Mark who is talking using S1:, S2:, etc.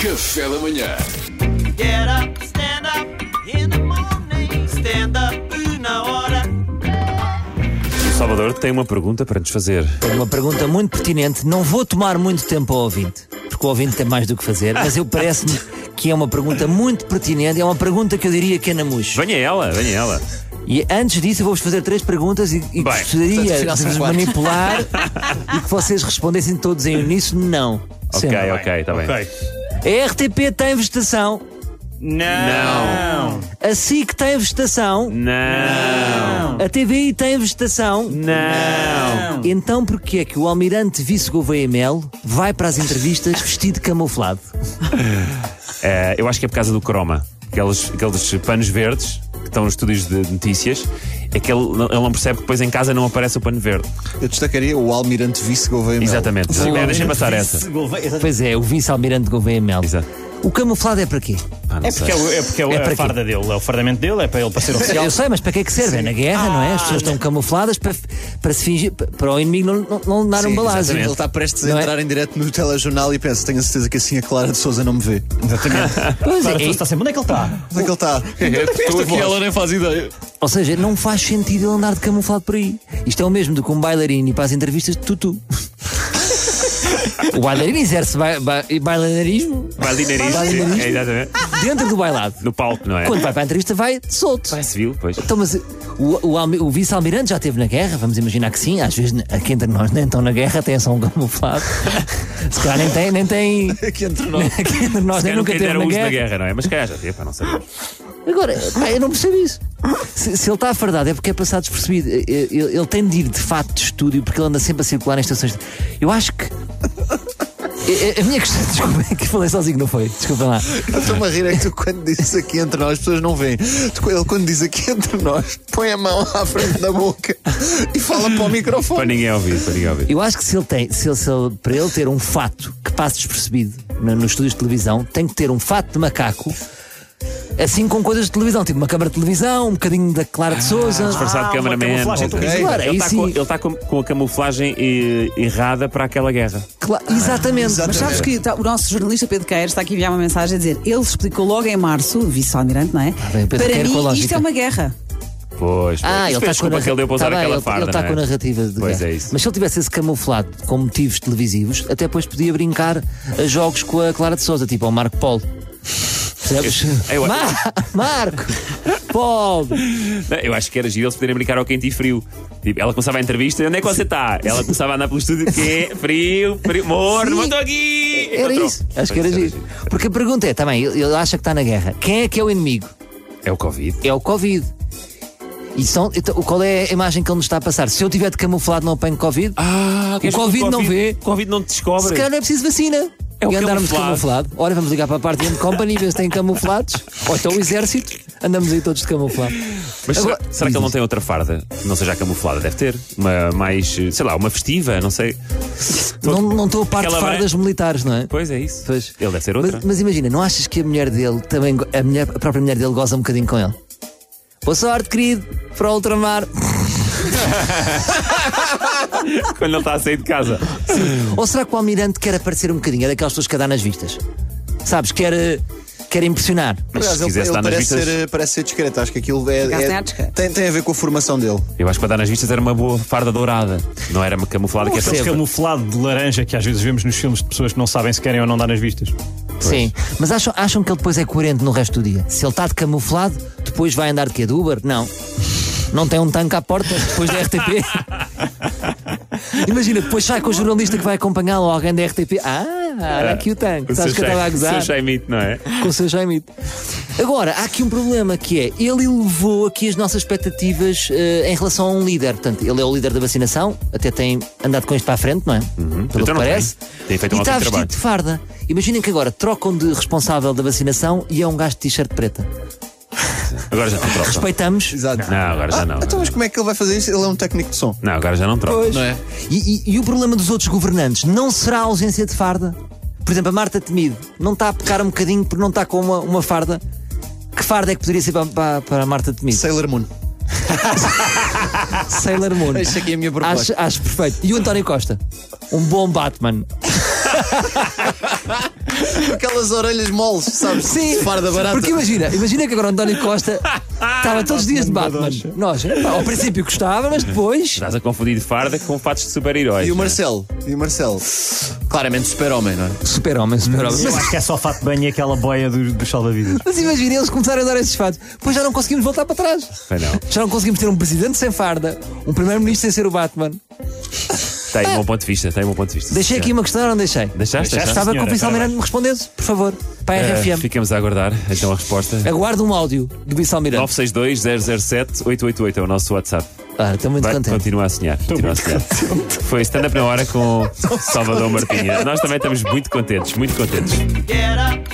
S1: Café da manhã.
S2: Get up, stand up in the morning. Stand up na hora.
S3: Salvador tem uma pergunta para nos fazer.
S4: Tenho Uma pergunta muito pertinente. Não vou tomar muito tempo ao ouvinte, porque o ouvinte tem mais do que fazer, mas eu parece-me que é uma pergunta muito pertinente. É uma pergunta que eu diria que é namucho.
S3: Venha ela, venha ela.
S4: E antes disso, eu vou-vos fazer três perguntas e, e gostaria de vos manipular e que vocês respondessem todos em uníssono não. Sim, tá
S3: ok,
S4: não.
S3: ok, está bem.
S4: A RTP tem vegetação,
S3: Não.
S4: a SIC tem vegetação,
S3: Não.
S4: a TVI tem vegetação.
S3: Não.
S4: Então porquê é que o almirante Vice Gouveia Melo vai para as entrevistas vestido de camuflado?
S3: É, eu acho que é por causa do croma. Aqueles, aqueles panos verdes que estão nos estúdios de notícias. É que ele, não- ele não percebe que depois em casa não aparece o pano verde.
S5: Eu destacaria o Almirante Vice Gouveia Melo.
S3: Exatamente. É, Deixa-me passar essa.
S4: Pois é, o vice-almirante Gouveia Melo.
S3: Exato.
S4: O camuflado é para quê?
S3: Ah, não
S6: É
S3: sei.
S6: porque, é, o- é porque é, o-
S4: É
S6: é
S4: para
S6: a
S4: quê?
S6: farda dele, é o fardamento dele, é para ele para ser oficial. Ah.
S4: Eu sei, mas para que é que serve? É na guerra, não é? As pessoas estão camufladas para, para se fingir, para- para o inimigo não, não, não dar um
S5: Sim,
S4: balazo.
S5: exatamente. Ele está prestes a
S4: Não é?
S5: entrar em direto no telejornal e pensa: tenho a certeza que assim a Clara de Souza não me vê.
S4: Pois é,
S6: Para a pessoa
S4: e-
S6: está sempre, onde é que ele está?
S5: Onde é que ele está?
S1: Estou aqui, ela
S3: né?
S1: nem faz ideia.
S4: ou seja, não faz sentido ele andar de camuflado por aí. Isto é o mesmo do que um bailarino e para as entrevistas de tutu. o bailarino exerce ba ba bailanarismo
S3: Bailineirismo, sim.
S4: Bailineirismo.
S3: É, exatamente.
S4: dentro do bailado.
S3: No palco, não é?
S4: Quando vai para a entrevista, vai solto.
S3: Parece vil, pois.
S4: Então, mas o, o almi- o vice-almirante já esteve na guerra, vamos imaginar que sim, às vezes n- aqui entre nós nem estão na guerra, têm só um camuflado. Se calhar nem tem, nem tem.
S5: Aqui entre nós.
S4: Aqui entre nós
S3: Se calhar
S4: nem nunca
S3: nunca
S4: esteve
S3: deram
S4: na
S3: uso
S4: guerra.
S3: da guerra, não é? Mas se calhar já teve, pá, não sabemos.
S4: Agora, pá, eu não percebo isso. Se, se ele está afardado é porque é passado despercebido. Eh, eh, Ele, ele tem de ir de fato de estúdio porque ele anda sempre a circular em estações. de- Eu acho que. Eh, eh, A minha questão, desculpa, é que falei sozinho, não foi? Desculpa lá.
S5: Eu Estou-me a rir, é que tu quando dizes aqui entre nós, as pessoas não veem. Tu- ele quando diz aqui entre nós, põe a mão à frente da boca e fala para o
S3: Para
S5: microfone.
S3: ninguém ouvir, para ninguém ouvir.
S4: Eu acho que se ele tem, se ele- se ele- para ele ter um fato que passe despercebido na- nos estúdios de televisão, tem que ter um fato de macaco, assim com coisas de televisão, tipo uma câmara de televisão, um bocadinho da Clara de Souza.
S3: Disfarçado
S6: Ah,
S3: de
S6: uma
S3: é cameraman.
S6: camuflagem, tu
S4: dizes. Claro,
S3: ele
S4: aí
S3: está
S4: sim.
S3: com, ele tá com- com a camuflagem eh, errada para aquela guerra.
S4: Cla- exatamente.
S7: Mas sabes que tá- o nosso jornalista Pedro Queiroz está aqui a enviar uma mensagem a dizer: ele explicou logo em março, vice-almirante, não é?
S4: Ah, bem, Pedro Queiro com
S7: Para
S4: a
S7: mim, isto
S4: lógica.
S7: é uma guerra.
S3: Pois,
S4: Ah, ele
S3: Isso foi a
S4: está com a
S3: desculpa que ele deu para usar
S4: tá bem,
S3: aquela
S4: ele-
S3: farda.
S4: Ele está
S3: não é?
S4: com a narrativa de
S3: Pois
S4: guerra.
S3: é isso.
S4: Mas se ele tivesse esse camuflado com motivos televisivos, até depois podia brincar a jogos com a Clara de Souza, tipo ao Marco Polo. Percebes?
S3: Eu- eu-
S4: Mar- Marco! Polo!
S3: Não, Eu acho que era giro eles poderem brincar ao quente e frio. Tipo, ela começava a entrevista, onde é que você está? Ela começava a andar pelo estúdio, que é frio, frio, morno,
S4: Sim.
S3: não estou aqui!
S4: Era
S3: Encontrou.
S4: isso. Acho que
S3: Pois,
S4: era giro. Porque a pergunta é também: ele ele acha que está na guerra. Quem é que é o inimigo?
S3: É o Covid.
S4: É o Covid. E são, então, qual é a imagem que ele nos está a passar? Se eu tiver de camuflado, não apanho Covid?
S3: Ah,
S4: queres que o Covid não vê?
S3: O Covid não te descobre.
S4: Se calhar não é preciso vacina.
S3: É o
S4: e andarmos de
S3: camuflado.
S4: camuflado. Ora, vamos ligar para a parte de Company, ver se têm camuflados. Ou então o exército. Andamos aí todos de camuflado.
S3: Mas será,
S4: Agora-
S3: será que ele não tem outra farda? que Não seja a camuflada, deve ter. Uma mais, eh, sei lá, uma festiva, não sei.
S4: Não, não estou a parte de
S3: Aquela
S4: fardas militares, não é?
S3: Pois é isso.
S4: Pois.
S3: Ele deve ser outra.
S4: Mas, mas imagina, não achas que a mulher dele também. go- A, mulher, a própria mulher dele goza um bocadinho com ele? Boa sorte, querido, para o ultramar.
S3: Quando ele está a sair de casa.
S4: Ou será que o almirante quer aparecer um bocadinho? É daquelas pessoas que dá nas vistas. Sabes? Quer, eh, quer impressionar.
S3: Mas
S5: Aliás,
S3: se
S5: ele, ele
S3: quisesse estar nas
S5: parece,
S3: vistas.
S5: ser, eh, parece ser discreto, acho que aquilo é,
S7: Ficasse
S5: é-
S7: na discreta.
S5: tem, tem a ver com a formação dele.
S3: Eu acho que para dar nas vistas era uma boa farda dourada. Não era uma camuflada que é
S4: percebo.
S6: Aquele camuflado de laranja que às vezes vemos nos filmes de pessoas que não sabem se querem ou não dar nas vistas.
S4: Sim. Mas acham, acham que ele depois é coerente no resto do dia? Se ele está de camuflado, depois vai andar de quê? De Uber? Não. Não tem um tanque à porta depois da RTP? Imagina, depois sai com o jornalista que vai acompanhá-lo ou alguém da RTP. Ah, era aqui o tanque.
S3: É. O seu
S4: Sabes que eu estava a
S3: Shai-
S4: gozar?
S3: o seu Shaimite, não é?
S4: com o seu Jaimito. Agora, há aqui um problema que é ele elevou aqui as nossas expectativas eh, em relação a um líder. Portanto, ele é o líder da vacinação, até tem andado com isto para a frente, não é? Pelo
S3: Então
S4: que
S3: não
S4: parece.
S3: tem. Tem feito um
S4: e está
S3: ótimo
S4: vestido
S3: trabalho.
S4: de farda. Imaginem que agora trocam de responsável da vacinação e é um gajo de t-shirt preta.
S3: Agora já não troca.
S4: Respeitamos.
S5: Exato.
S3: Não, agora
S4: Ah,
S3: já não.
S5: Então, mas como é que ele vai fazer isso? Ele é um técnico de som.
S3: Não, agora já não troca.
S5: Não é?
S4: E, e- e o problema dos outros governantes não será a ausência de farda? Por exemplo, a Marta Temido não está a pecar um bocadinho porque não está com uma, uma farda. Que farda é que poderia ser para, para, para a Marta Temido?
S5: Sailor Moon.
S4: Sailor Moon.
S5: Deixa aqui a minha
S4: Acho,
S5: proposta.
S4: acho perfeito. E o António Costa? Um bom Batman.
S5: Com aquelas orelhas moles, sabes?
S4: Sim,
S5: de farda barata.
S4: porque imagina, imagina que agora o António Costa estava todos os dias de Batman. Nós, pá, ao princípio gostava, mas depois.
S3: Estás a confundir farda com fatos de super-heróis.
S5: E o
S3: não é?
S5: Marcelo? E o Marcelo? Claramente super-homem, não é?
S4: Super-homem, super-homem.
S6: Eu
S4: Mas,
S6: acho que é só fato de banho e aquela boia dos do salva-vidas.
S4: mas imagina, eles começaram a dar esses fatos. Depois já não conseguimos voltar para trás.
S3: Foi não.
S4: Já não conseguimos ter um presidente sem farda, um primeiro-ministro sem ser o Batman.
S3: Tem um bom ponto de vista, tem um bom ponto de vista.
S4: Deixei aqui uma questão ou não deixei?
S3: Deixaste?
S6: Deixaste,
S3: Deixaste?
S4: Estava que o
S6: senhora,
S4: Vice
S6: parabéns. É,
S4: Almirante me respondesse, por favor, para a
S3: Eh,
S4: RFM.
S3: ficamos a aguardar então a resposta.
S4: Aguardo um áudio do Vice Almirante.
S3: 962-007-888 é o nosso WhatsApp.
S4: Ah, estou muito
S3: Vai,
S4: contente.
S3: continua a sonhar. Continua a sonhar. Foi stand-up na hora com Salvador Martinha. Nós também estamos muito contentes, muito contentes.
S2: Get up,